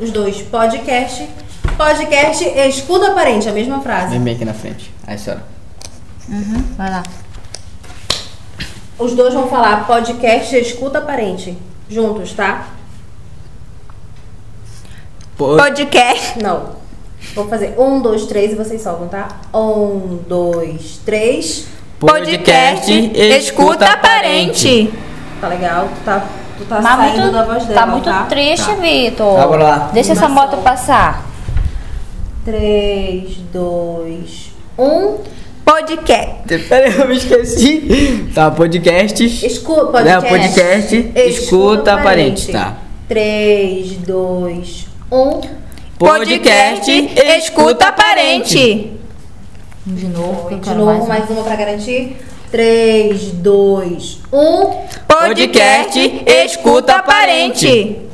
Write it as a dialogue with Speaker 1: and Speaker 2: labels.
Speaker 1: os dois, podcast, podcast, escudo aparente, a mesma frase.
Speaker 2: Vem bem aqui na frente. Aí, senhora.
Speaker 3: Uhum, vai lá.
Speaker 1: Os dois vão falar podcast, escuta aparente, juntos, tá?
Speaker 2: Po-
Speaker 3: Podcast.
Speaker 1: Não. Vou fazer um, dois, três e vocês soltam, tá? Um, dois, três.
Speaker 3: Podcast. Escuta aparente.
Speaker 1: Tá legal? Tu tá, tu tá
Speaker 4: Mas
Speaker 1: saindo
Speaker 4: muito,
Speaker 1: da voz dela,
Speaker 4: tá muito triste, Vitor.
Speaker 2: Tá, bora lá.
Speaker 4: Deixa essa moto passar.
Speaker 1: Três, dois, um.
Speaker 3: Podcast.
Speaker 2: Peraí, eu me esqueci. Tá, podcasts.
Speaker 1: Escuta,
Speaker 2: Né,
Speaker 1: podcast.
Speaker 2: podcast, escuta aparente, tá.
Speaker 1: Três, dois, um.
Speaker 2: Podcast. Escuta aparente.
Speaker 3: De novo, que eu
Speaker 1: De
Speaker 3: quero
Speaker 1: novo,
Speaker 3: mais.
Speaker 1: mais uma pra garantir. Três, dois, um.
Speaker 3: Podcast. Escuta aparente.